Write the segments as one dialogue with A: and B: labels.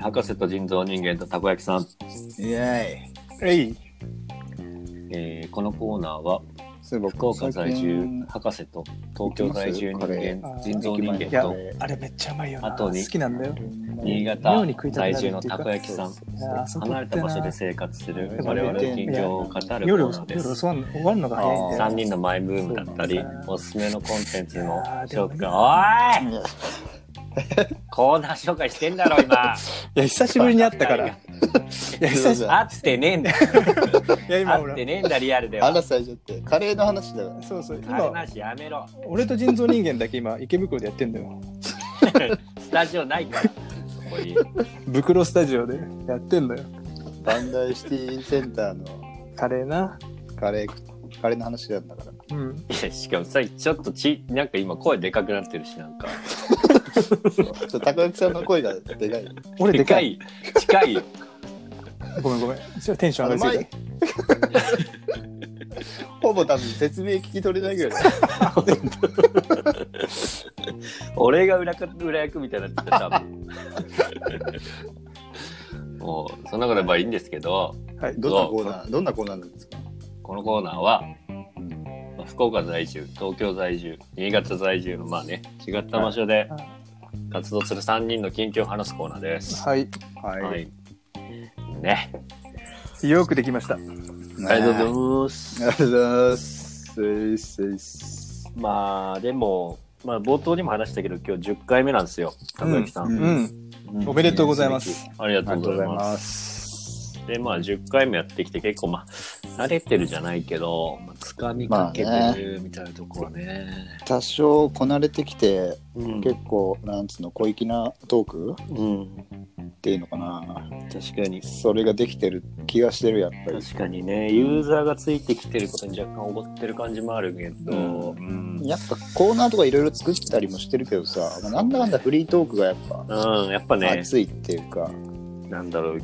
A: 博士と人造人間とたこ焼きさん、
B: イエ
C: えい。
A: えーこのコーナーは
B: ーイ僕
A: 福岡在住
B: 最近
A: 博士と東京在住人
B: 行き
A: 間
C: ます
A: 人造人間
C: いや
A: と、
C: あれめっちゃうまいよな。
A: 後に
C: 好きなんだよ。
A: 新潟在住のたこ焼きさん
C: いやあそこってな
A: 離れた場所で生活する
B: うん
A: 我々の近況を語るコ
C: 夜
A: ーナーで
C: 夜
A: す
C: 遅わん終わるのが早いんだ
B: あ
C: よ
B: ー。
A: 3人のマイブームだったり
C: そうなんだ
A: おすすめのコンテンツの
C: いやーでも
A: 紹介お
C: ね
A: いコーナー紹介してんだろ今
C: いや、久しぶりに会ったから。いや、久しぶ
B: じゃ
A: 会ってねえんだよ
C: り。いや、今
A: 会って
C: 俺。
A: ねえんだリアルでは
B: 話されちゃってカレーの話だから
C: そうそう。今、
A: 話やめろ
C: 俺と人造人間だけ今、池袋でやってんだよ。
A: スタジオない からそこに
C: 袋スタジオでやってんだよ。
B: バンダイシティセンターの
C: カレーな。
B: カレーカレーの話なんだから
C: うん。
A: いやしかもさちょっとちなんか今声でかくなってるしなんか
B: そうちょっと高木さんの声がでかい
C: 俺でかい。
A: でかい近い
C: ごめんごめん。ちょっとテンション上がりすぎた。
B: ほぼ多分説明聞き取れな いぐらい
A: 俺が裏か裏役みたいになってた多分もうそんなことればいいんですけど
C: はい。
B: どんなコーナーどんなコーナーなんですか
A: このコーナーは、まあ福岡在住東京在住新潟在住のまあね違った場所で
C: はい
A: 活動する3人の近況を話すコーナーです。
C: はい。
B: は
A: はい、ね
C: よくできました。
A: ありがとう
B: ま
A: ございます
B: すありがとうございますせいせいせい
A: まあでも、まあ、冒頭にも話したけど今日10回目なんですよたこ焼きさん、
B: うん
C: うん。
A: うん
C: おめでとうございます。
A: ありが
B: あ
A: と
B: り
A: う
B: がと
A: ご
B: う
A: ざ
B: ござ
A: い
B: い
A: ます
B: ます
A: でまあ10回もやってきて結構まあ慣れてるじゃないけど、まあ、つかみかけてるみたいなところね,、
B: 多少こなれてきて
A: うん
B: 結構なんつうの小粋なトーク
A: うん、
B: っていうのかな
A: 確かに
B: それができてる気がしてるやっぱり
A: 確かにねユーザーがついてきてることに若干おごってる感じもあるけど、うん
B: やっぱコーナーとかいろいろ作ったりもしてるけどさ、まあなんだかんだフリートークがやっぱ
A: うん、やっぱね
B: 熱いっていうか、
A: なんだろう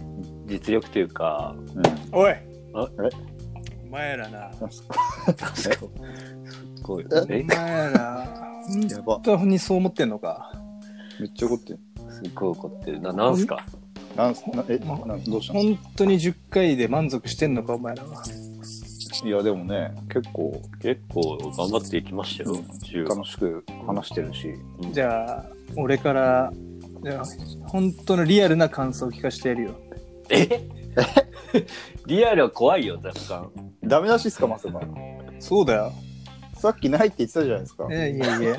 A: 実力というか
B: うん、
C: おい
A: あ
C: お前らな。
A: こう
B: え
A: え
C: お前ら、
B: やば
C: 本当にそう思ってんのか。
B: めっちゃ怒ってる
A: すっごい怒ってるななんすか
B: なんすなえなんどうしたんで
C: 本当に10回で満足してんのか、お前らは。
B: すかいやでもね結構
A: 結構頑張っていきましたよ、
B: うん
A: 10
B: 楽しく話してるし
C: じゃあ、俺から、じゃあ、本当のリアルな感想を聞かせてやるよ。
A: え リアルは怖いよ若干
B: ダメ出しっすかまさか
C: そうだよ。
B: さっきないって言ってたじゃないですか
C: え、いえいえ。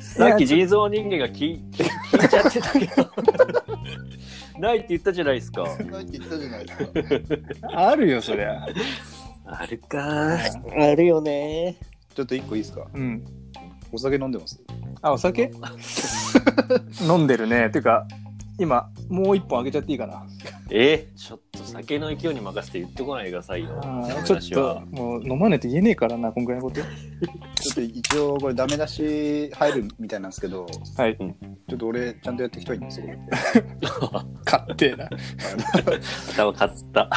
A: さっき人造人間が聞い 聞い聞いちゃってたけどないって言ったじゃないですか
B: ないって言ったじゃないで すか
C: あるよ、そりゃ。
A: あるかあるよね
B: ちょっと一個いいですか
C: うん。
B: お酒飲んでます
C: あ、お酒飲んでるね。ていうか、今、もう一本あげちゃっていいかな。
A: えちょっと酒の勢いに任せて言ってこないでくださいよ
C: あー
A: そ
C: ち
A: の
C: ょ
A: 話
C: っ
A: は、
C: ともう飲まないと言えねえからな、今回のこ
B: ち
C: と。
B: ょっと一応これダメ出し入るみたいなんですけど
C: はい。
B: ちょっと俺ちゃんとやっていきたいんですよ
C: 勝手な。
A: 頭買った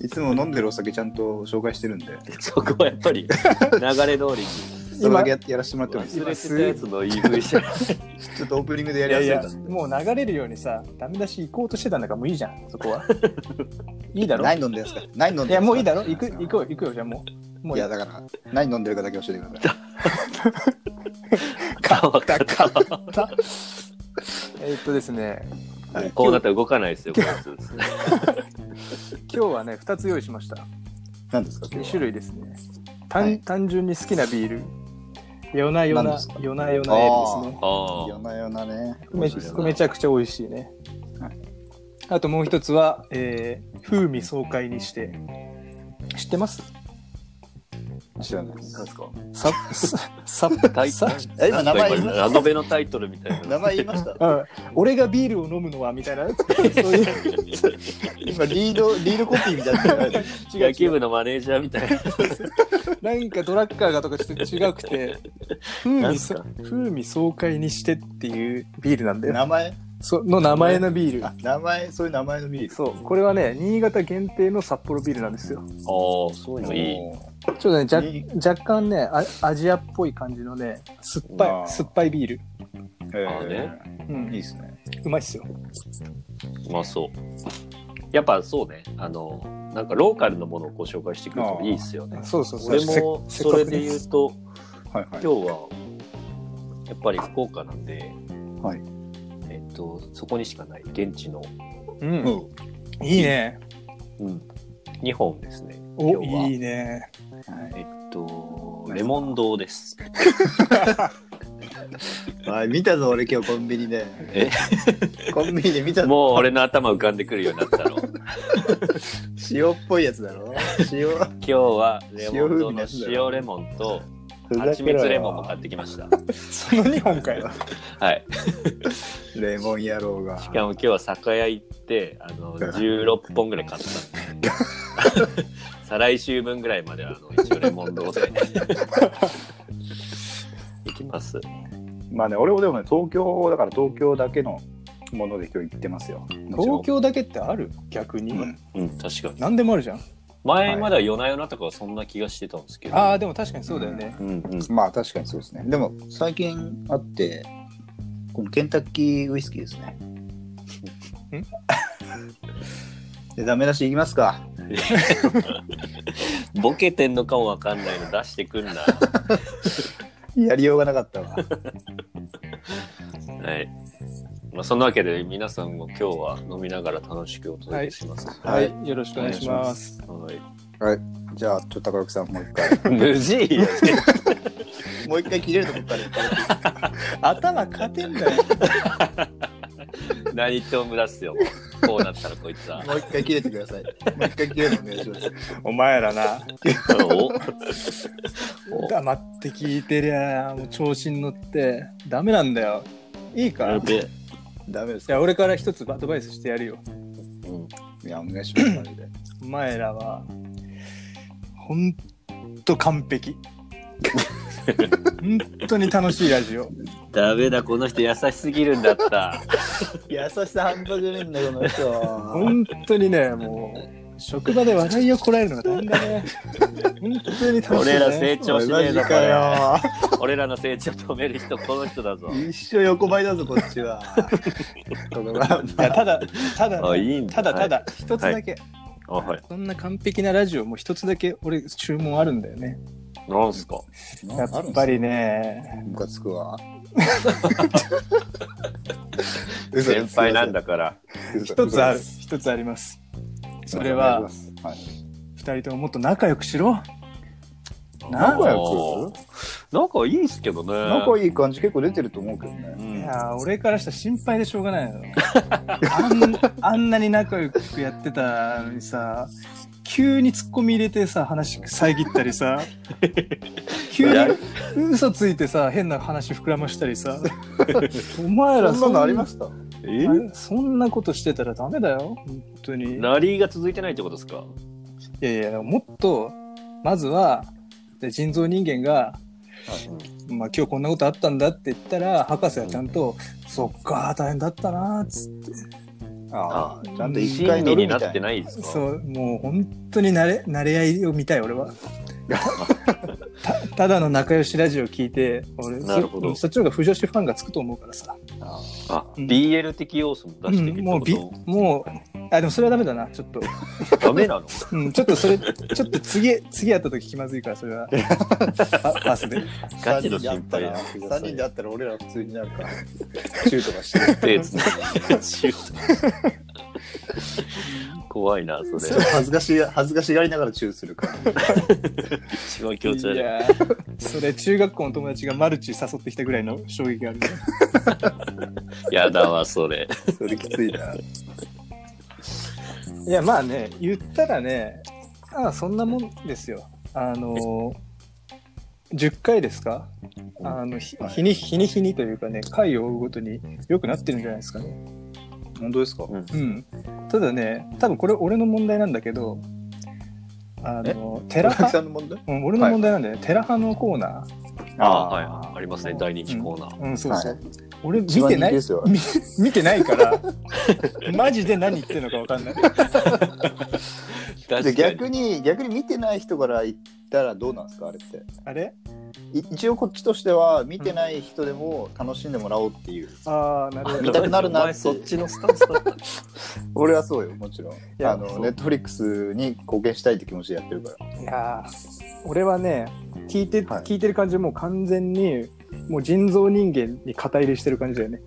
B: いつも飲んでるお酒ちゃんと紹介してるんで
A: そこはやっぱり流れ通りに
B: それだけややらせてもらってもいいです
A: 忘
B: か
A: れてたやつの言い分じゃない
B: ちょっとオープニングでや
C: い
B: り
C: や
B: やす
C: い
B: い
C: や
B: か、
C: もう流れるようにさ、ダメ出し行こうとしてたんだから、もういいじゃん、そ こは。いいだろ
B: 何飲んでるんですか何飲んでるんですか
C: いや、もういいだろ行く、行こうよ、行くよ、じゃあもう。もう
B: いやだから何飲んでるかだけ教えてください
A: か分かった
C: えーっとですね、
B: はい
A: こうなったら動かないですよこいつ
C: 今日はね、2つ用意しました。
B: 何ですか今
C: 2
B: 日
C: 種類ですね。単,、
B: はい
C: 単純に好きなビール。夜な夜
B: 何
C: な
B: ですか、
C: 夜な夜なエールですね。
A: あ
B: 夜な夜なね
C: め
A: 面白いな
C: めちゃくちゃ美味しいね
B: はい。
C: あともう一つは、えー風味爽快にして。知ってます
B: 知らない
A: あ
B: です
A: なんすか
C: さ、さ、さ、
A: タイ
C: さ
B: え今名前言いました
A: ラノベのタイトルみた いな
B: 名前言いました
C: うん俺がビールを飲むのはみたいな、そういう。
B: 今リードリードコピーみたいなのが
C: 違う
A: 野球部のマネージャーみたいな。
C: なんかドラッカーがとかちょっと違くて風
A: な
C: 味
A: んす
C: そ
A: か
C: 風味爽快にしてっていうビールなんだよ
B: 名前
C: その名前のビー
B: あ
C: ル
B: 名前そういう名前のビール
C: そうこれはね新潟限定の札幌ビールなんですよ
A: おお、そういうのいい。
B: おー
C: ちょっと
B: い
C: ね
B: い
C: 若若干ねあアジアっぽい感じのね酸っぱ
B: あー
C: い酸っぱいビール
B: え
A: ああね
C: う
B: いい
C: ん
B: ですね。
C: うまいっすよ。
A: うまそう。やっぱそうね、あの、なんかローカルのものをご紹介してくるといいっすよね。
C: そうそうそう。
A: 俺も
C: せ
A: それで言
C: せ
A: う
C: っかくね
A: と、
B: はいはい。
A: 今日はやっぱり福岡なんで、
B: はい
A: えっと、そこにしかない現地の、
C: うん。
B: うん
C: いいね。
A: うん、2本ですね。
C: お、
A: 今日はい
C: いね。
A: えっと、
B: 何
A: レモン堂です。
B: はい、見たぞ、俺今日コンビニで。
A: え
B: コンビニで見たぞ。
A: もう俺の頭浮かんでくるようになったの。
B: 塩っぽいやつだろ。塩。
A: 今日はレモン堂の
B: 塩風味のやつだよ
A: 塩レモンと
B: ふざ
A: 蜂
B: けろ
A: 蜜
B: よ
A: レモンも買ってきました。
C: その2本かよ。
A: はい。
B: レモン野郎が。
A: しかも今日は酒屋行って、あの、16本ぐらい買ったんで。再来週分ぐらいまでは、あの、一応レモン堂で。 行きます。
B: まあね、俺もでもね、東京、だから東京だけのもので今日行ってますよ。
C: 東京だけってある逆に。
B: うん
A: うん、確かに。
C: 何でもあるじゃん。
A: 前までは夜な夜なとかはそんな気がしてたんですけど。
C: ああ、でも確かにそうだよね。
A: うんうん。
B: まあ確かにそうですね。でも最近あって、このケンタッキーウイスキーですね。 でダメ出しいきますか。
A: ボケてんのかもわかんないの出してくんな。
B: やりようがなかったわ。
A: はい。まあ、そんなわけで皆さんも今日は飲みながら楽しくお届けします。
B: は
C: はいい。よろしくお願いします。
A: はい。
B: はい。じゃあ、ちょっと高木さんもう一回。
A: 無事よね。
B: もう一回切れるとこから
C: 頭勝てんだよ。
A: 何とも出すよ。もうこうなったらこいつは。
B: もう一回切れてください。もう一回切れるのお願いします。
C: お前らな。
A: おお
C: 黙って聞いてりゃもう調子に乗ってダメなんだよいいか
A: や
C: い
A: べえ
B: ダメですか
C: や俺から一つアドバイスしてやるよ
A: うん
B: いや、お願いします。マジで。
C: お前らはほんと完璧本当に楽しいラジオ
A: ダメだ、この人優しすぎるんだった。
B: 優しさ半端じゃねえんだ、この人。
C: 本当にねもう職場で笑いをこらえるのが大変だ ね本当に楽しい、ね、
A: 俺ら成長しねえ
B: マジ
A: ぞ、こ
B: か
A: れ。
B: よ。
A: 俺らの成長止める人、この人だぞ。
B: 一生横ばいだぞ、こっちは。このま
C: いやただただ
A: あいいんだ
C: ただただ一つだけ、
A: あ、はい。
C: そんな完璧なラジオも一つだけ俺注文あるんだよね
A: なんすか
B: ま
C: やっぱ。りね
B: ムカつくわ。嘘で
A: 先
B: す
A: 輩なん。だから。
B: 一
C: 一つある。一つありますそれは、二人とももっと仲良くしろ
B: 仲
C: 仲
B: 良
C: 良
A: お
B: く
A: ー仲いいっすけどね。
B: 仲いい感じ結構出てると思うけど
A: う
B: ね。
C: い
A: ん
C: やー俺からしたら心配でしょう がないのあんあんなに仲良くやってたのにさ急にツッコミ入れてさ話遮った りさ急
A: や
C: に
A: る
C: 嘘ついてさ変な話膨らました りさお前ら
B: そんなのありますした
A: え
C: そんなことしてたらダメだよ本当にい
A: ラリーが続いてないってことですか
C: やいやもっとまずはで人造人間がまあ、今日こんなことあったんだって言ったら博士はちゃんと「そっか大変だったな」っつって
B: ああ、ちゃんと一
A: 真
B: 回
A: 理
B: 乗
A: に
B: るみ
A: な
B: た
A: っ
B: い
A: て
B: な。
A: ないですか
C: そうもう本当に慣れ慣れ合いを見たい 俺はたただの仲良しラジオ聞いて俺
A: なるほど
C: そそっちの方が不女子ファンがつくと思うからさ、
B: あ
A: あ、
C: うん
A: BL 的要素も出して
C: う
A: き
C: ん
A: た
C: も
A: こ
C: う
A: と、
C: びもうあでもそれはダメだなちょっと、
A: ダメなの
C: うん、ちょっとそれちょっと次次会った時気まずいからそれ はパパスで
B: あ
A: ガチの心配や
B: 三人で会ったら三人で会ったら俺ら普通になんか、 シュートがしてる。
A: 手つないシュート 怖いな、そ
B: ちょっ
A: れ。
B: と恥ずかしい、恥ずかしがりながらチューするから。
A: 一番気持ち悪
C: い
A: い。
C: やーそれ中学校の友達がマルチ誘ってきたぐらいの衝撃あるね
A: やだわ、それ。
B: それきついな。
C: いやまあね言ったらねああそんなもんですよあの10回ですかあのひ
B: はい
C: 日に日に日にというかね回を追うごとに良くなってるんじゃないですかね
B: 本当ですか
C: うんただね多分これ俺の問題なんだけどあのテラ
B: 高木さ
C: 派
B: んの問題
C: うん俺の問題なんだよね、テラ派のコーナ
A: あはいはい。ありますね、大人気コーナー。
C: ーうんそうそう、
B: はい
C: 俺見
B: 一番
C: て
B: 人
C: な
B: 気
C: い
B: ですよ。
C: 見見てないから マジで何言ってるのか分かんない
A: 確か
B: で
A: に
B: 逆に逆に見てない人から言ったらどうなんですかあれって
C: あれ
B: い一応こっちとしては見てない人でも楽しんでもらおうっていう、
C: ああ、なるほど。
B: 見たくなるな
A: お前そっちのスタンスだった。
B: 俺はそうよもちろん
C: や
B: あの
C: そう
B: ネットフリックスに貢献したいって気持ちでやってるから
C: いやー俺はね聞いて、
B: はい
C: 聞いてる感じもう完全にもう人造人間に肩入れしてる感じだよね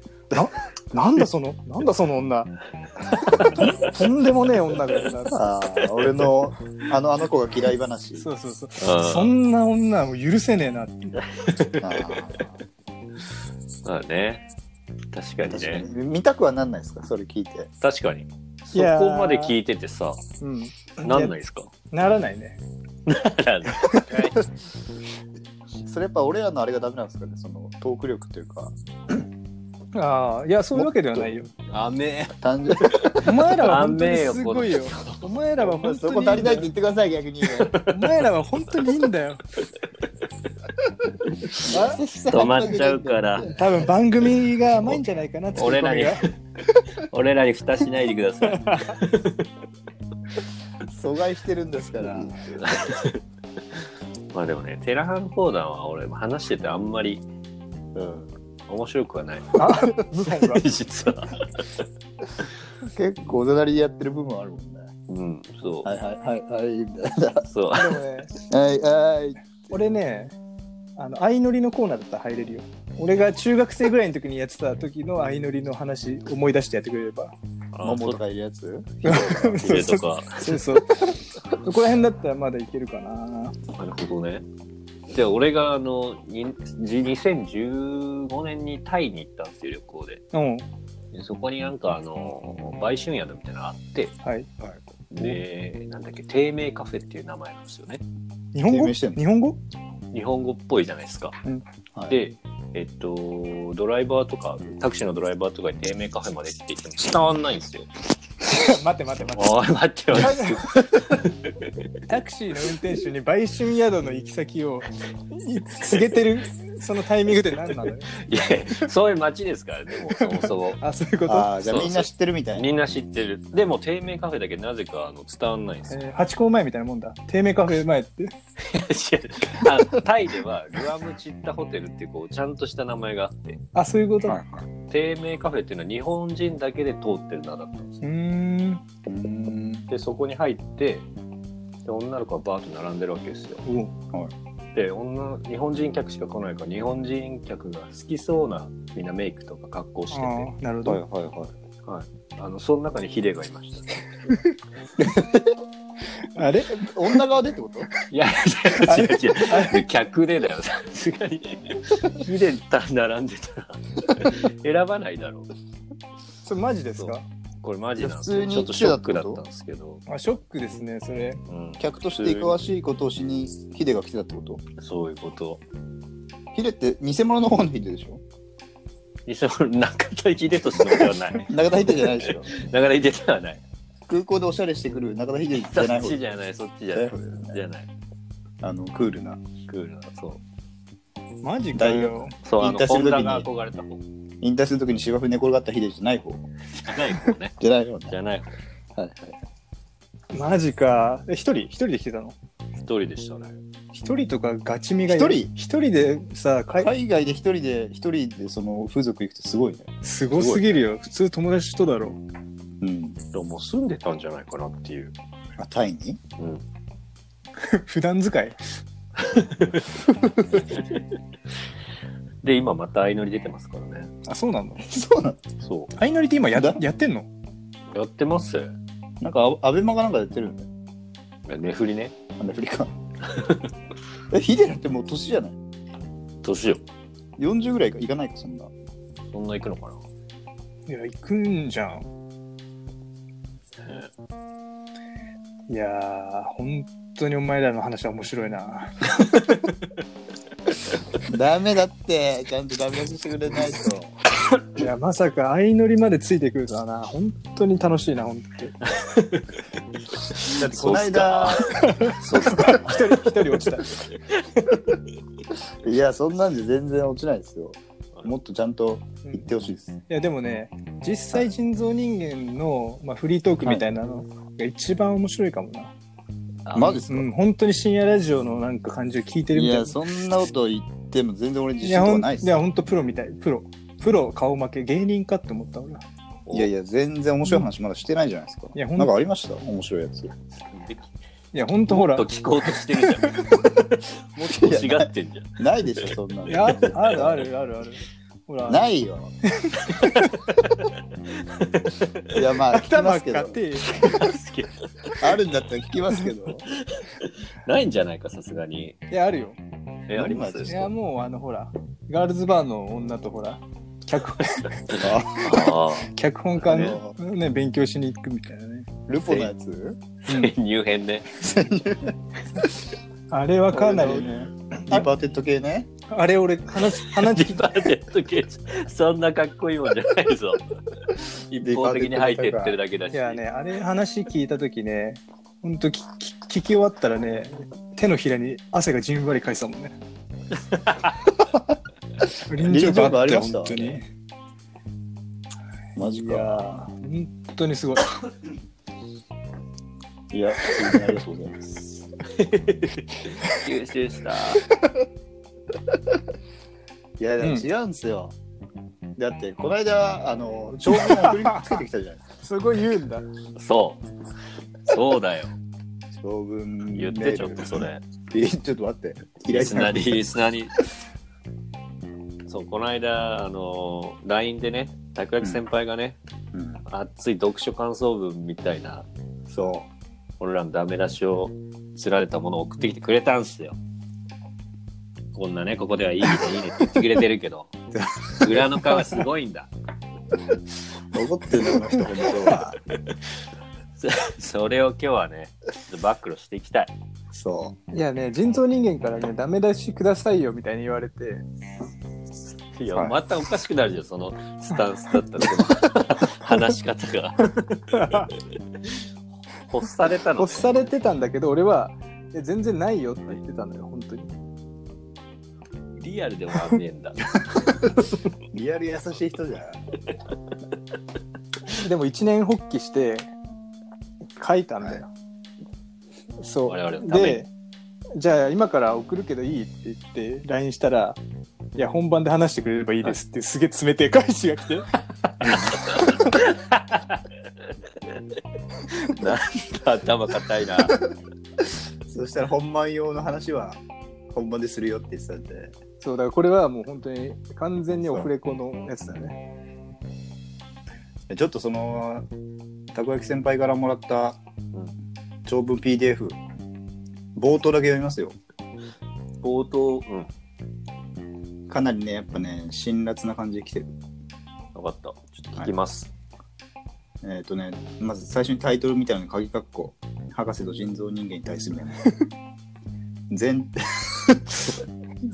C: な なんだそのなんだその女とんでもねえ女がいるな
B: ああ俺のあのあの子が嫌い話
C: そうそうそう
A: あー
C: そんな女はもう許せねえなって
B: あー
A: まあね。確かに
B: 確か
A: ね。
B: に見たくはなんないですかそれ聞いて
A: 確かに。そ
C: いやー
A: こまで聞いててさ、
C: うん
A: なんないですか
C: ならないね
B: それやっぱ俺らのあれがダメなんですかねそのトーク力というか
C: ああいやそういうわけではないよ
A: あめ
B: 単 純
C: お前らは本
A: ダ
C: 当に
A: メよ
C: すごいよお前らは本当
B: そ
C: に
B: こ足りないって
C: いい
B: 言
C: ん
B: っ
C: だよ
B: てください逆 に
C: お前らは本当にいいんだよ
A: 止
B: 止
A: まっちゃう から、
C: 多分番組が甘いんじゃ ないかなって
A: 俺らに、 俺らに蓋しないでください。
B: 阻害してるんですから
A: まあでもね、テラハン講談は俺話しててあんまり
B: うん
A: 面白くは ない。
C: あそうか
A: 実は。
B: 結構お隣でやってる部分あるもんね
A: うん、そう。
B: はいはいはいはいみたい
A: そう。
C: でもね
B: なはいはい
C: 俺ねあの相乗りのコーナーだったら入れるよ俺が中学生ぐらいの時にやってた時の相乗りの話思い出してやってくれれば
A: あ
B: モモ
A: そ
B: とかいるやつ
C: そう
A: ヒデ
C: そ
A: と
C: うそ
A: か。
C: うそうここら辺だったらまだいけるかな
A: なるほどね。で、俺があの、に2015年にタイに行ったんですよ、旅行で。
C: うん
A: でそこになんかあの、売春宿みたいなのがあって、
C: はい
A: で、なんだっけ、低迷カフェっていう名前なんですよね。
C: 日本
B: 低
C: 語
B: 迷してんの
C: 日本語
A: 日本語っぽいじゃないですか。
B: はい
A: で、えっと、ドライバーとか、タクシーのドライバーとかに低迷カフェまでって言っても伝わん ないんですよ。
C: 待って待って待っ
A: おい、待ってよ。
C: て タクシーの運転手に売春宿の行き先を告げてるそのタイミングで何 なのよ
A: いや いやそういう街ですからね、もうそもそも。
C: あそういうこと
B: ああじゃあみんな知ってるみたいな
A: みんな知ってる。でも、低迷カフェだけなぜかあの伝わんないんですよ。
C: えー、ハチ公前みたいなもんだ低迷カフェ前って
A: 違うあタイではグアムチッタホテルってこうちゃんとした名前があって
C: あそういうこと、
B: はいう
A: 低迷カフェっていうのは日本人だけで通ってる名だったんです
C: うーん
B: ーん
A: でそこに入ってで女の子がバーッと並んでるわけですよ
C: おう
A: で女日本人客しか来ないから日本人客が好きそうなみんなメイクとか格好してて
C: あ
A: あ
C: ーなるほど、
B: はいはいはい
A: のその中にヒデがいました、
C: あれ
B: 女側でってこと
A: いや違う違う違う客でだよさすがにヒデた並んでたら選ばないだろう
C: それマジですか
A: これマジなんです
B: 普通
A: よ
B: に
A: ちょっとショックだったんですけど、
C: あショックですねそれ
A: うん、
B: 客としていかわしいことをしにヒデが来てたってこと
A: そういうこと。
B: ヒデって偽物の方のヒデでしょ
A: 西村中田秀俊のではない。
B: 中田ヒデじゃないでしょ
A: 中田秀俊ではない。
B: 空港でおしゃれしてくる中田ヒデじ
A: そ
B: ゃない
A: っ
B: 方
A: ちじゃない、そっちじゃ
B: じ
A: な
B: ゃない
A: い
B: 方。ですね
A: じゃない。
B: あのクールな
A: クールな、そう。
C: マジかよ
A: そう、あ
B: 引
A: の、
B: 退す
A: ホ
B: る
A: ン
B: 時
A: ダ
B: に
A: が憧れた方。
B: 引退するときに芝生に寝転がったヒデじゃない方
A: じゃない方ね。
B: じゃない方ね
A: じゃない方。
B: はいはい
C: マジかえ一人一人で来てたの
A: 一人でしたね。
C: 一人とかガチみが
B: 一人
C: 一人でさかい
B: 海外で一人で一人でその風俗行くってすごいね
C: すごすぎるよ普通友達とだろ
B: うん
A: でももう住んでたんじゃないかなっていう。
B: あタイに
A: うん。
C: 普段使い
A: で、今また相乗り出てますからね。
C: あそうなんだ
B: そうなの
A: そ
C: 相乗りって今や
B: だ
C: やってんの
A: う。やってます
B: なんかアアベマかなんかやってるんだよ
A: 寝振りね。
B: アメリ カえヒデなんてもう年じゃない
A: 年よ。
B: 40ぐらいかいかないかそんな
A: そんな行くのか
C: いや行くんじゃんいやー本当にお前らの話は面白いな
B: ダメだってちゃんとダメ出ししてくれないと
C: いやまさか相乗りまでついてくるとはな本当に楽しいな本当に
B: だって
A: そう
B: こ
A: っ
B: の
A: すか
B: 間
A: な。そうそう。
C: 一人一人落 ちた
B: いやそんなんじゃ全然落ちないですよもっとちゃんと言ってほしいです、
C: いやでもね実際人造人間の、まあ、フリートークみたいなのが一番面白いかもな、
A: あな。
B: マジっす
C: う
B: か、
C: ん、本当に深夜ラジオのなんか感じを聞いてる
B: い
C: みたいな
B: や、。そんなこと言っても全然俺自
C: い
B: 信
C: や、
B: と
C: ほ
B: か
C: ん
B: ないっす
C: いや本当プロみたい。プロ。プロ顔負け。芸人かって思った俺は。
A: お
B: いやいや、全然面白い話まだしてないじゃないですか。
C: いやほん
B: なんかありました面白いやつ。
C: いや、本当ほら。
A: もっと聞こうとしてるじゃ ん。もっと欲しがってんじゃん。
B: ないでしょ、そんなの。
C: いや、あるあるあるある。ほら。
B: ない よ。いや、まあ、聞きま
C: 頭
B: すけ
C: 使っ
B: ど。
C: て。
B: あるんだったら聞きますけど。
A: ないんじゃないか、さすがに。
C: いや、あるよ。
A: え、あります
B: 何
C: い
B: そ
C: や、もうあのほら。ガールズバーの女とほら。 脚本
B: あ
A: ああ。
C: 脚本家のね、勉強しに行くみたいなね。
B: ルポのやつ
A: 入編ね。
C: あれはかなりね。
B: リバーテッド系ね。
C: あれ俺、話、
A: リ
C: 話聞い
A: バージェット系、そんなかっこいいもんじゃないぞ。一方的に入ってってるだけだし。
C: いやね、あれ話聞いたときね、ほんと聞き聞き終わったらね、手のひらに汗がじんわりかいてたも んね。臨場感あ
B: 臨場
C: ったよ、本
B: 感ありました
C: 当に。い
B: マジ
C: や
B: か。
C: ー、本当にすごい。
B: いや、全然ありがとうございます。
A: 吸収した。
B: いや、でも違うんですよ。だって、この間、あの、長文を送りつけてきたじゃないですか。
C: すごい言うんだ。
A: そう。そうだよ。
B: 長文
A: 言ってちょっとそれ。
B: え ちょっと待って。
A: リスナーに、リスナーに。そう、この間、あの、LINE でね、たくやき先輩がね、
B: うん
A: 熱い読書感想文みたいな、
B: そ
A: 俺らのダメ出しをつられたものを送ってきてくれたんすよ。こんなね、ここではいいね、いいねって言ってくれてるけど、裏の顔はすごいんだ。
B: う。怒ってんだ、この人、本当は。
A: そそれを今日はね、ちょっと暴露していきたい。
B: そ
C: いやね、人造人間からね、ダメ出しくださいよみたいに言われて、
A: いや、
B: はい
A: またおかしくなるじゃん、そのスタンスだったら、 その話し方が。欲されたの
C: 欲されてたんだけど、俺は、いや全然ないよって言ってたのよ、本当に。
A: リアルでもあんねえんだ。
B: う。リアル優しい人じゃん。
C: でも一年発起して書いたんだよ。そう。
A: 我々のために
C: で、じゃあ今から送るけどいいって言って LINE したら、いや本番で話してくれればいいですってすげえ冷てえ返しが来て、
A: なんだ、頭固いな。
B: そしたら本番用の話は本番でするよって言ってたんで。
C: そうだからこれはもう本当に完全にオフレコのやつだね。
B: ちょっとその、たこ焼き先輩からもらった長文 PDF、冒頭だけ読みますよ。
A: 冒頭、うん、
B: かなりね、やっぱね、辛辣な感じで来てる。
A: 分かった。ちょっと聞きます。
B: えっ、とね、まず最初にタイトルみたいなのに鍵括弧博士と人造人間に対する面前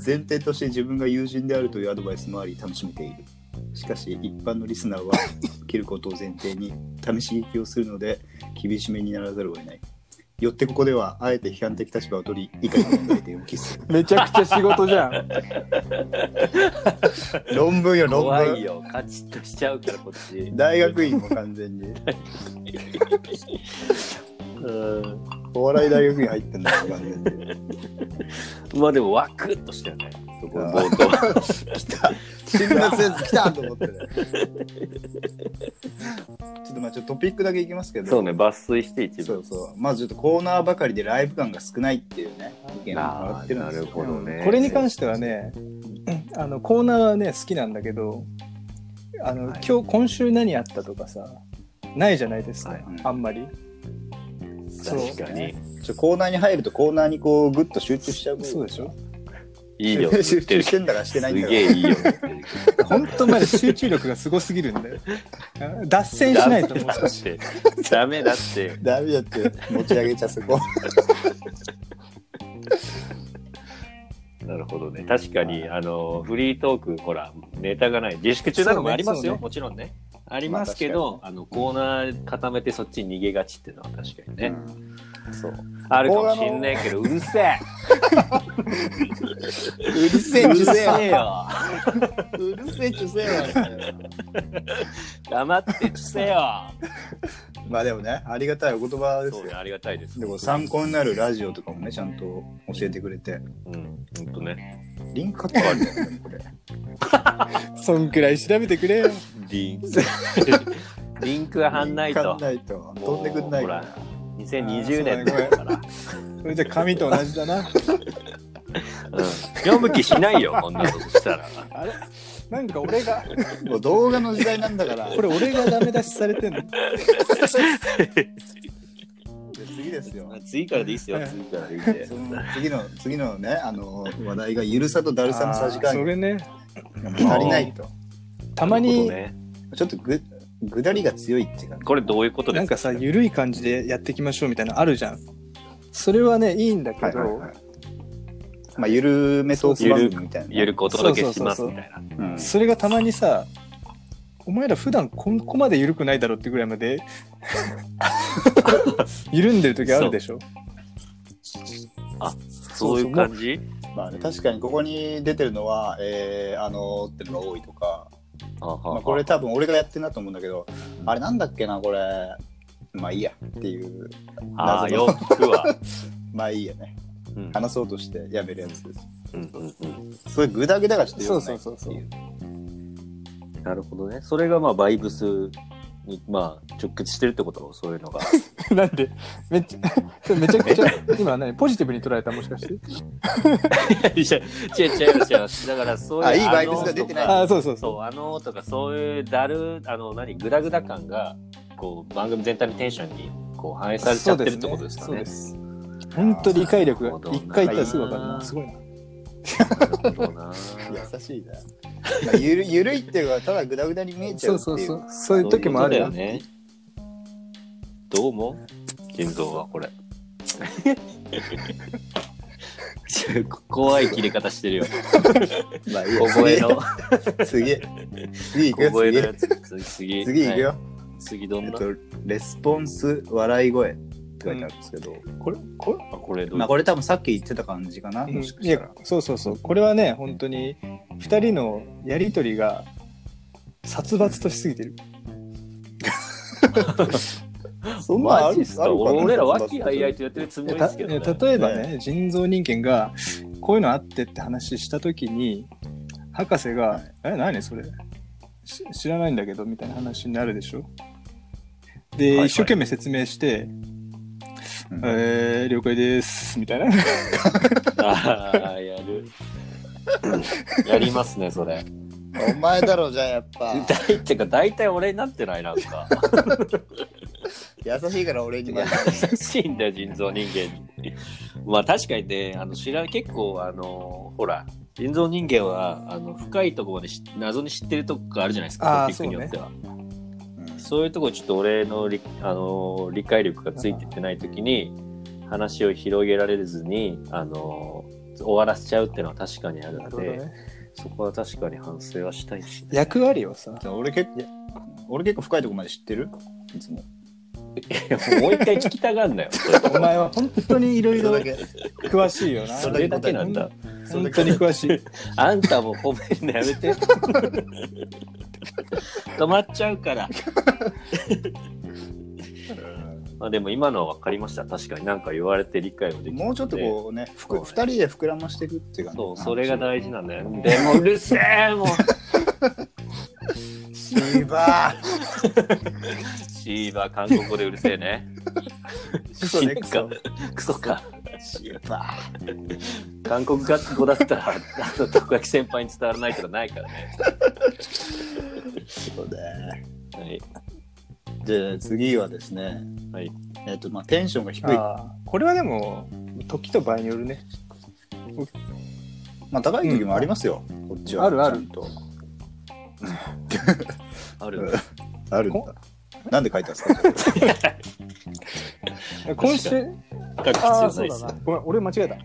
B: 前提として自分が友人であるというアドバイスもあり楽しめているしかし一般のリスナーは切ることを前提に試し聞きをするので厳しめにならざるを得ないよってここではあえて批判的立場を取り以下の問題点を 記す
C: めちゃくちゃ仕事じゃん。
B: 論文よ論
A: 怖
B: 文
A: いよ、カチッとしちゃうから、こっち。
B: 大学院も完全に
A: うん
B: お笑い大学院入ってんだよ完全に
A: まあでも、ワクッとしたよね。そこ、
B: あー
A: 冒頭。
B: 来た辛辣やつ来たと思ってねちょっとまあちょっとトピックだけいきますけど
A: そうね、抜粋して一
B: そ
A: 部。
B: うそうまずちょっとコーナーばかりでライブ感が少ないっていうね意見をもらってるんですよ
A: なるほどね
C: これに関してはね、あのコーナーはね好きなんだけど、あの、
A: はい
C: 今日今週何あったとかさ、ないじゃないですか。
A: はい
C: あんまり。そう
A: 確かに。
B: ちょコーナーに入るとコーナーにこうグッと集中しちゃう
C: そうでしょ
A: いいよ。言
B: 集
A: ってる
B: 中し
A: す
B: てんだからしてないんだか
A: げえいいよ。言ってる
C: 本当まで集中力がすごすぎるんだよ。 脱線しないともう少し。
A: ダメだって。
B: らダメだって持ち上げちゃそこ
A: なるほどね。確かに、あの、フリートーク、ほら、ネタがない。自粛中なのもあります
C: そうねそう
A: よ、
C: ね
A: もちろんね。ありますけど、あの、コーナー固めてそっちに逃げがちっていうのは確かにね。
B: そう
A: あるかもしんないけど、うるせえ
B: うるせえ
A: う
B: う
A: る
B: るせ
A: せ
B: え
A: え
B: わ
A: よ
B: うるせえうるせえわ
A: 黙ってうるせえよ
B: まあでもね、ありがたいお言葉です
A: そうね、
B: よ。
A: ありがたいです。
B: でも参考になるラジオとかもね、ちゃんと教えてくれて。
A: うん、ほんとね。
B: リンク貼ってあるんだよね、これ。
C: そんくらい調べてくれよ。
A: リンク。 リンクが貼んない
B: 貼
A: と
B: ん。ないと。飛んでくんないか
A: も
B: ら。
A: うほら2020年だから。
C: それじゃ紙と同じだな。
A: うん読む気しないよ、こんなことしたら。
C: あれなんか俺が、
B: もう動画の時代なんだから。
C: これ俺がダメ出しされてん の
B: で次で すよ。
A: 次からでいいっすよ、次からでいいん で
B: そ。の次の、次のね、あの、話題がゆるさとだるさの差し加
C: あーそ
B: 減
C: れね、
B: が足りないと。
C: たまに
A: なるほどね
B: ちょっとぐ、ぐだりが強いっていうか、
A: これどういうことで
C: なん
A: す
C: か
A: か
C: さ、緩い感じでやっていきましょうみたいなのあるじゃん。それはね、いいんだけど、
B: い。まあ、ゆるめトーク番組みたいな。
A: ゆるくお届けします
C: そうそうそうそう
A: みたいな。
B: うん
C: それがたまにさ、お前ら普段こんこまで緩くないだろってぐらいま で緩んでる時あるでしょ
A: そういう感じ
B: まあね、確かにここに出てるのは、えー、あのーってのが多いとか、まあ、これ多分俺がやってるなと思うんだけど、あれなんだっけな、これ。まあいいやっていう、
A: ああ、
B: 謎
A: 洋
B: の
A: 服 は。
B: まあいいやね。
A: うん
B: 話そうとしてやめるやつ。
A: うんうんうん
B: そういうグダグダがちょっと
C: そ
B: 良
C: う
B: くな
C: そ
B: いう
C: そうそう。
A: なるほどね。それがまあ、バイブスに、まあ、直結してるってことそう いうのが。
C: なんで、めっちゃ、めちゃくちゃ、今何ポジティブに捉えたもしかして。
A: いや違う違う違う。だからそういう。
B: あいいバイブスが出てない
A: あの
C: ああ、そうそ
A: とか
C: うそ
A: そう、あのとか、そういうだる、あの、何、グダグダ感が、こう、番組全体のテンションに、こう、反映
C: う。
A: されちゃってるってことですかね。
C: す。本当理解力
A: なるほど
C: が、一回言ったらすぐわかるな。すごいな。
A: なるほどな
B: 優しいな。まあゆるゆるいっていうのはただグダグダに見えちゃ
C: そうう
B: ってい。
C: そううそう。そういう時もあるよ
A: そういうことだよね。どうも人造は これ。怖い切り方してるよ。
B: まあいい
A: 小声の
B: や。、次。次行く
A: 小声の
B: よ
A: やつ。次
B: 次。次行くよ。
A: 次ど
B: え
A: ん
B: っ
A: な、
B: と、レスポンス笑い声って書いてあるんですけど、
C: これ、これ
A: あこれどう
B: まあこれ多分さっき言ってた感じかな、もしか
C: い
B: したら
C: や。そうそうそうこれはね本当に2人のやり取りが殺伐としすぎてる、
B: そん
A: マジっす
B: あ
A: か
B: るかな
A: 俺ら和気あいあいとやってるつも
C: い
A: りで
C: やた
A: すけど、ね。
C: 例えばね人造人間がこういうのあってって話した時に博士が「
B: はい
C: え何それし知らないんだけど」みたいな話になるでしょで、
A: はいはい
C: 一生懸命説明して「
B: うん
C: えー、了解です」みたいな
A: ああ、や る。やりますね、それ。
B: お前だろ、じゃあやっぱ。
A: 大ってか、大体俺になってない、なんか。
B: 優しいから俺にも。
A: 優しいんだよ、人造人間に。まあ確かにね、あの知ら結構、あの、ほら、人造人間はあの深いところまで知謎に知ってるとこがあるじゃないですか、
C: あー
A: トピックによっては。そう,、
B: うん
A: いうとこちょっと俺の理あの理解力がついてってないときに、話を広げられずに、あの、終わらせちゃうっていうのは確かにあるので、そこは確かに反省はしたいし、ね。
C: 役割をさ
B: じゃあ俺結構、俺結構深いとこまで知ってるいつも。
A: もう一回聞きたがん なよ。それ
C: お前は本当にいろい
B: そ
C: ろ
B: れだけ。
C: 詳しいよな
A: それだけなんだ。
C: 本当に 詳しい
A: あんたも褒めるのやめ て。止まっちゃうから。まあでも今のは分かりました。確かに何か言われて理解もできた
B: もうちょっとこうね、ふく二人で膨らましていくっていうかね
A: そう、それが大事なんだよ。でもうるせえもう
B: シーバー
A: シーバー、韓国語でうるせえね。
B: ソね
A: クソか。クソか。
B: シーバー
A: 韓国学校だったら、あの、たこ焼き先輩に伝わらないとかないからね。
B: そうね。
A: はい。
B: で、次はですね、
A: はい。
B: えっと、まあテンションが低い。
C: あーこれはでも時と場合によるね
B: まあ高い時もありますよ、こっちは。
C: あるある
B: ちゃんと。
A: ある。
B: あるんだ。なんで書いたんですかこれ
C: 今週
A: 書く必要
C: ああ
A: な
C: そ
A: いうです
C: だ
A: よ
C: な。ごめん俺間違えた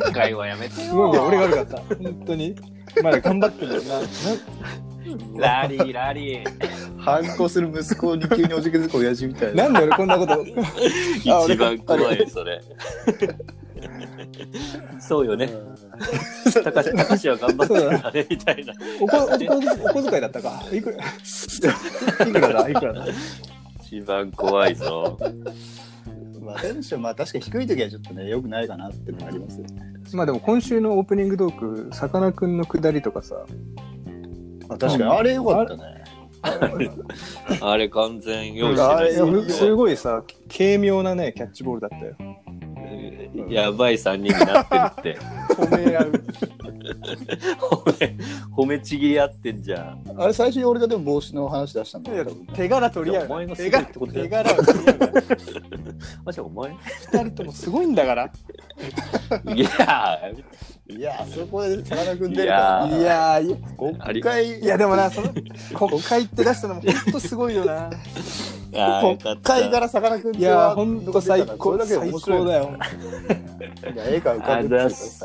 A: 撤回はやめて
C: すごい
A: よ
C: ごめん。俺が悪かった本当にまだ頑張ってるよなな
A: ラリー、ラリー。
B: 反抗する息子に急におじけづく親父みたいな。
C: なんで俺こんなこと
A: 一番怖い、それ。 そうよね。たかし、たかしは頑張ってるからね、みたいな。
C: おこお小お小遣いだったか。いくら、いくらだ、いくらだ。
A: 一番怖いぞ。
B: まあ、テンション、まあ確かに低い時はちょっとね、良くないかなってのもありますよね。
C: まあでも今週のオープニングトーク、さかなクンのくだりとかさ、
B: あ確かに、あれ良かったね。
A: あれ完全用意
B: あれ
A: してる
B: よ
A: んです
C: す
A: よ。
C: ごいさ、軽妙なね、キャッチボールだったよ。
A: やばい3人になってるって。
C: 褒め合う。
A: 褒め、褒めちぎり合ってんじゃん。
B: あれ最初に俺がでも帽子の話出したんだけど、
C: 手柄取り合
A: いやお前
C: う。
A: が
C: 手
A: すごい
C: 柄
A: ってことだよ
C: 手柄を取り合う。
A: あ、じゃあお前い
C: 二人ともすごいんだから。
A: や
B: いや、あそこでさかなクン
A: い
B: 出る
A: や
B: か
A: ー
B: ら、
C: いやー、い
A: あり
B: 一回、
C: いやでもな、その国会って出したのも本当すごいよ な。
A: ー、あーよかっ
B: 国会か
A: た。
B: らさかなクン
C: いやー、本当最高
B: だ
C: だ
B: け
C: け
B: で
C: 最
B: 面白
C: 高
B: い
C: だよ。
B: いや絵が浮か
A: あ
B: ぶってい
A: ざ
B: うか
A: っす。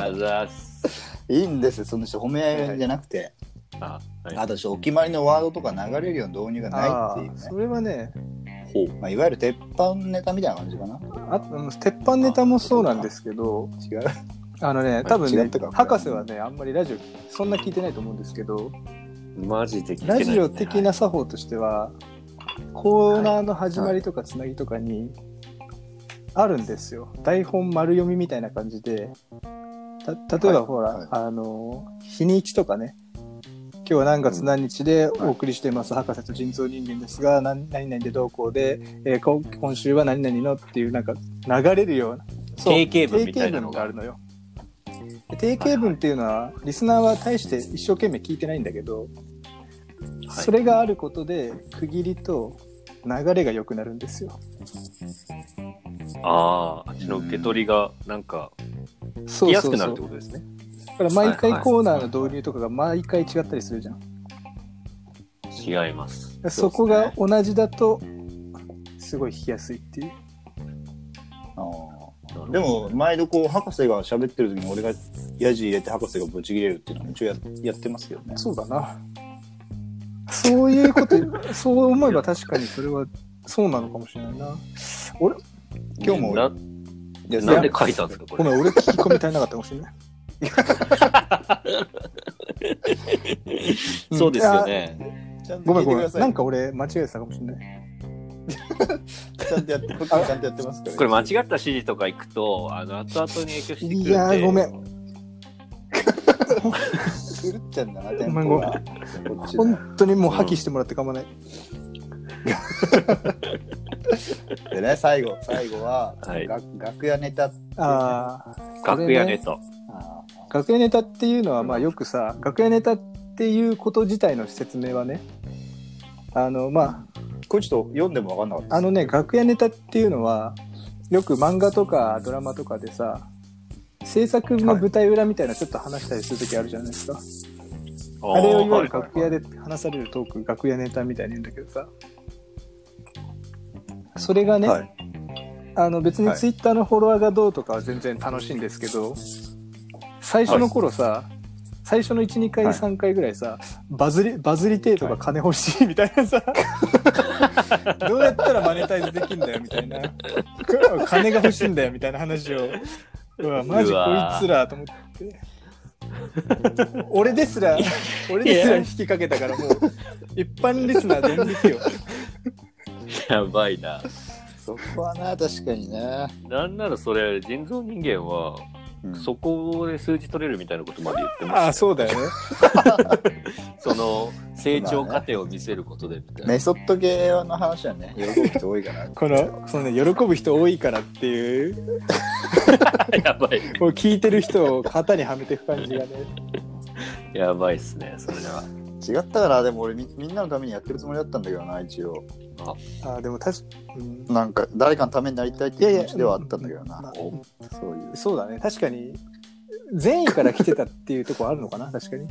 A: あざっす。
B: いいんですよ、その人褒め合いじゃなくて、
A: あ、はい
B: あとお決まりのワードとか流れるような導入が
C: あ
B: ないってい
C: ー
B: うね
C: そ。れはね、
A: ほう。
B: まあ、いわゆる鉄板ネタみたいな感じかな。
C: あうん鉄板ネタもそうなんですけど、
B: 違う。
C: あのね、多分
B: 違っ
C: ね
B: たか、
C: 博士はね、あんまりラジオ、そんな聞いてないと思うんですけど、
A: マジで聞けない
C: ラ
A: ですね
C: ジオ的な作法としては、コーナーの始まりとかつなぎとかに、あるんですよ。台本丸読みみたいな感じで、た例え
B: は
C: ば
B: い
C: ほら、
B: はい
C: あの、日にちとかね、今日は何月何日でお送りしています、博士と人造人間ですが、何何々でどうこうで、えーこ今週は何々のっていう、なんか流れるような、そう
A: 定型文みたいなの
C: 定型文があ
A: が。
C: るのよ。で定型文っていうのは、リスナーは大して一生懸命聞いてないんだけど、それがあることで区切りと流れが良くなるんですよ。
A: ああ、あっちの受け取りがなんか聞
C: そ
A: き
C: う
A: や
C: そ
A: す
C: う
A: くな
C: そ
A: る
C: う
A: って。ことですね。
C: だから毎
A: はいは
C: 回
A: い
C: コーナーの導入とかが毎回違ったりするじゃん。
A: 違います。
B: そう
C: そ
B: です
C: こ
B: ね
C: が同じだと、すごい聞きやすいっていう。
B: あーでも、毎度こう、博士が喋ってる時に俺がヤジ入れて博士がぶち切れるっていうのは一応ややってますけどね。
C: そうだな。そうい うこと、そう思えば確かにそれはそうなのかもしれないな。俺、
B: 今日も、
A: ない
B: や
A: なんで書いたんですか、こ
C: ご
A: れ。
C: めん、俺聞き込み足りなかったかもしれない。ん
A: そうですよね。
B: ちゃんと
C: ごめ
B: 聞いて
C: んご
B: く
C: め
B: だ
C: ん。
B: さい。
C: なんか俺間違えてたかもしれない。
B: ちゃんとやって、こっちもちゃんとやってますから。
A: これ間違った指示とか行くと、あの、後々に影響してくるんで。
C: いやーごめん。
B: するっちゃんだな、テンポ
C: ごめん
B: が。こっちの
C: 本当にもう破棄してもらって構わない。
B: でね、最後、最後は、
A: はい
B: が楽屋ネタっていうね。
C: ああ、
A: 楽屋ネ
C: タ。
A: タ。
B: あ
C: 楽屋ネタっていうのはまあよくさ、楽屋ネタっていうこと自体の説明はね、あのま
B: ーこれちょっと読んでも分かんなかった
C: ああのね楽屋ネタっていうのはよく漫画とかドラマとかでさ、制作の舞台裏みたいなちょっと話したりするときあるじゃないですか。あれをいわゆる楽屋
A: で。
C: で話されるトーク、楽屋ネタみたいに言うんだけどさ。それがね、
B: はい
C: あの別に
B: はい
C: ツイッターのフォロワーがどうとかは全然楽しいんですけど、最初の頃さ、最初の1、2回、
B: はい
C: 3回ぐらいさ、バズり、バズりてえとか金欲しいみたい なさ、どうやったらマネタイズできんだよみたいな、金が欲しいんだよみたいな話を、うわ、マジこいつらと思って。俺ですら、俺ですら引きかけたからもう、一般リスナー全撃よ。
A: やばいな。
B: そこはな、確かにね。
A: なんならそれ、人造人間は、そこで数字取れるみたいなことまで言って
C: あ
A: ま
C: あ、
A: す。
C: そうだよね。
A: その、成長過程を見せることで、みたいな。
B: メソッド系の話はね、喜ぶ人多い から。
C: この、そのね、喜ぶ人多いからっていう、
A: やばい。
C: もう聞いてる人を肩にはめていく感じがね。
A: やばいっすね、それは。
B: 違ったから、でも俺み、みんなのためにやってるつもりだったんだけどな、一応。
C: ああ、でも確か、うん
B: なんか、誰かのためになりたいっていう気持ちではあったんだけどな。
A: お
B: そういう。
C: そうだね、確かに、善意から来てたっていうところあるのかな、確かに。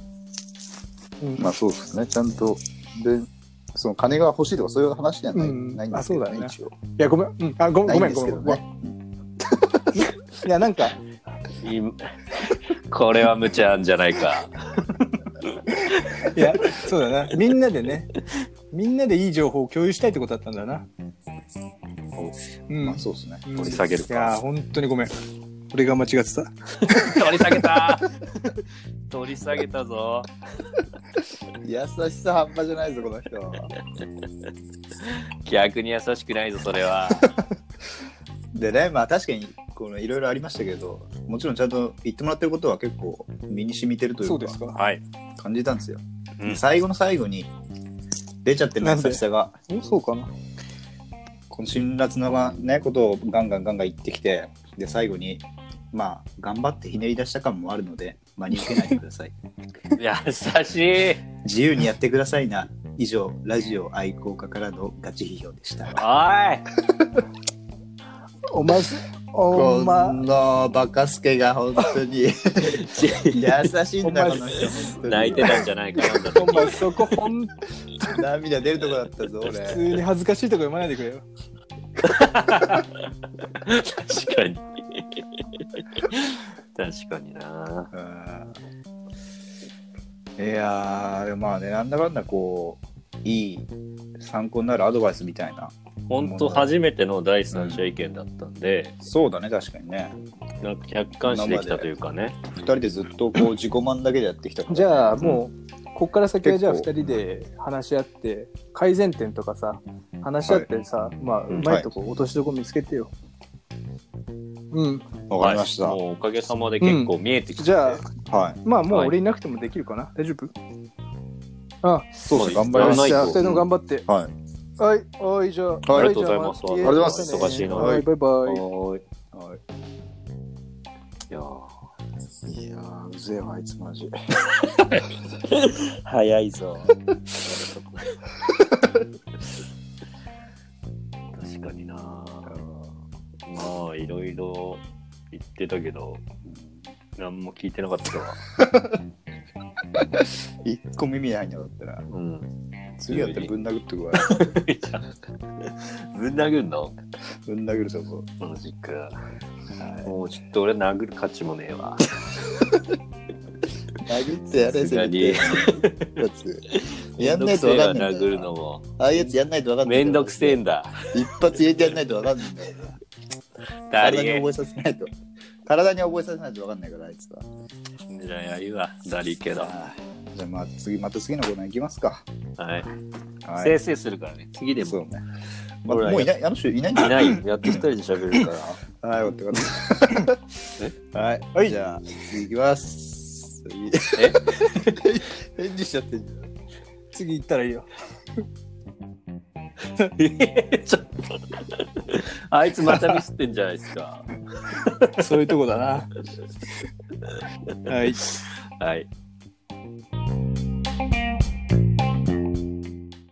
C: うん
B: まあ、そうですね。ちゃんと、で、その金が欲しいとかそういう話ではない,、
C: うん
B: ないんですけど
C: あそうだね
B: 一応。
C: いや、ごめん、うん、あ、ごめ、
B: なんい
C: ご
B: んですけ
C: めん、ごめ
B: ど
C: ん。ごめ
B: ね
C: ん。いや、なんか、
A: い これは無茶なんじゃないか。
C: いや、そうだな、みんなでね、みんなでいい情報を共有したいってことだったんだな。うん
B: まあ、そうですね。
C: うん
A: 取り下げるか
C: いや、本当にごめん。俺が間違ってた。
A: 取り下げた取り下げたぞ。
B: 優しさ半端じゃないぞ、この人。
A: 逆に優しくないぞ、それは。
B: でね、まあ確かに、このいろいろありましたけど、もちろんちゃんと言ってもらってることは結構身に染みてるという
C: そう
B: か、
C: ですか。
A: はい。
B: 感じたんですよ。
A: うん
B: 最後の最後に、出ちゃってる
C: な
B: 優
C: んで
B: しさが、
C: そうかな。
B: この辛辣な、ね、ことをガンガンガンガン言ってきて、で、最後に、まあ、頑張ってひねり出した感もあるので、真に受けないでください。
A: 優しい。
B: 自由にやってくださいな。以上、ラジオ愛好家からのガチ批評でした。
A: お
C: おまず、お
B: こ
C: ま、
B: のバカスケが本当に優
A: い。
B: しいんだ、この人本当に。
A: 泣いてたんじゃないかなだって
C: お前そこほん、
B: 涙出るとこだったぞ、俺。
C: 普通に恥ずかしいとこ読まないでくれよ。
A: 確かに。確かにな。
B: うんいやー、でもまあね、なんだかんだこう、いい参考になるアドバイスみたいな。
A: 本当初めての第三者意見だったんで、
B: そうだね、確かにね。
A: なんか客観視できたというかね。
B: 二人でずっとこう、自己満だけでやってきたから。
C: じゃあもう、こっから先はじゃあ2
B: 結構
C: 人で話し合って改善点とかさ話し合ってさ、まあうまいとこ、落としどこ見つけてようん
B: わかりました。
A: はい
B: は
A: もうおかげさまで結構見えてきて、
C: じゃあ
B: い。
C: まあもう
A: はい
C: 俺いなくてもできるかな、大丈夫あ
B: そうですね、頑
A: まあ
B: 張り
C: よ
B: ま
C: っ
B: し
C: し
A: な
C: ゃ
A: い
C: 2
A: と
C: 人とも頑張って
B: た。はい。
C: はいはいじゃあ、
B: あ
A: りがとうございます
C: はいじゃ
B: ありがとうございます
C: また
A: 忙
C: ね
A: しいのに
C: はいバイバイ
A: はーい。
B: はい
A: やー
B: い、いやー、うぜえわ、あいつマジ。
A: 早いぞ。確かにな。まあ、いろいろ言ってたけど、何も聞いてなかったわ。
B: 一個耳に入んなかったら、
A: うん。
B: 次やったらぶん殴ってく わ。
A: ぶん殴んの
B: ぶん殴るぞ、もう
A: マジか。もうちょっと俺殴る価値もねえわ。
B: 殴ってやれ、
A: さすがに
B: せめてやつ。 やんないとわかんな
A: めどくせ
B: いん
A: えわ
B: だ
A: 殴る
B: よな。
A: のも。
B: ああいうやつやんないとわかんない。
A: めんどくせえんだ。
B: 一発入れてやんないとわかんないんだよな。
A: 誰
B: 体に覚えさせないと。体に覚えさせないとわかんないから、あいつは。
A: じゃあ、やるわ。だりけど。は
B: あーじゃあ、まあ、次、また次のコーナー行きますか。
A: い。
B: は
A: せい
B: い。
A: せいするからね。次でも。
B: そうね。まあもういない、あの人いないんだ
A: いないよ。やっと二人で喋るから。
B: はい、わかった。 はい。はい、じゃあ、次行きます。次
A: え
B: 返事しちゃってんじゃん。
C: 次行ったらいいよ
A: え ちょっと。あいつまたミスってんじゃないですか。
C: そういうとこだなはい
A: はい。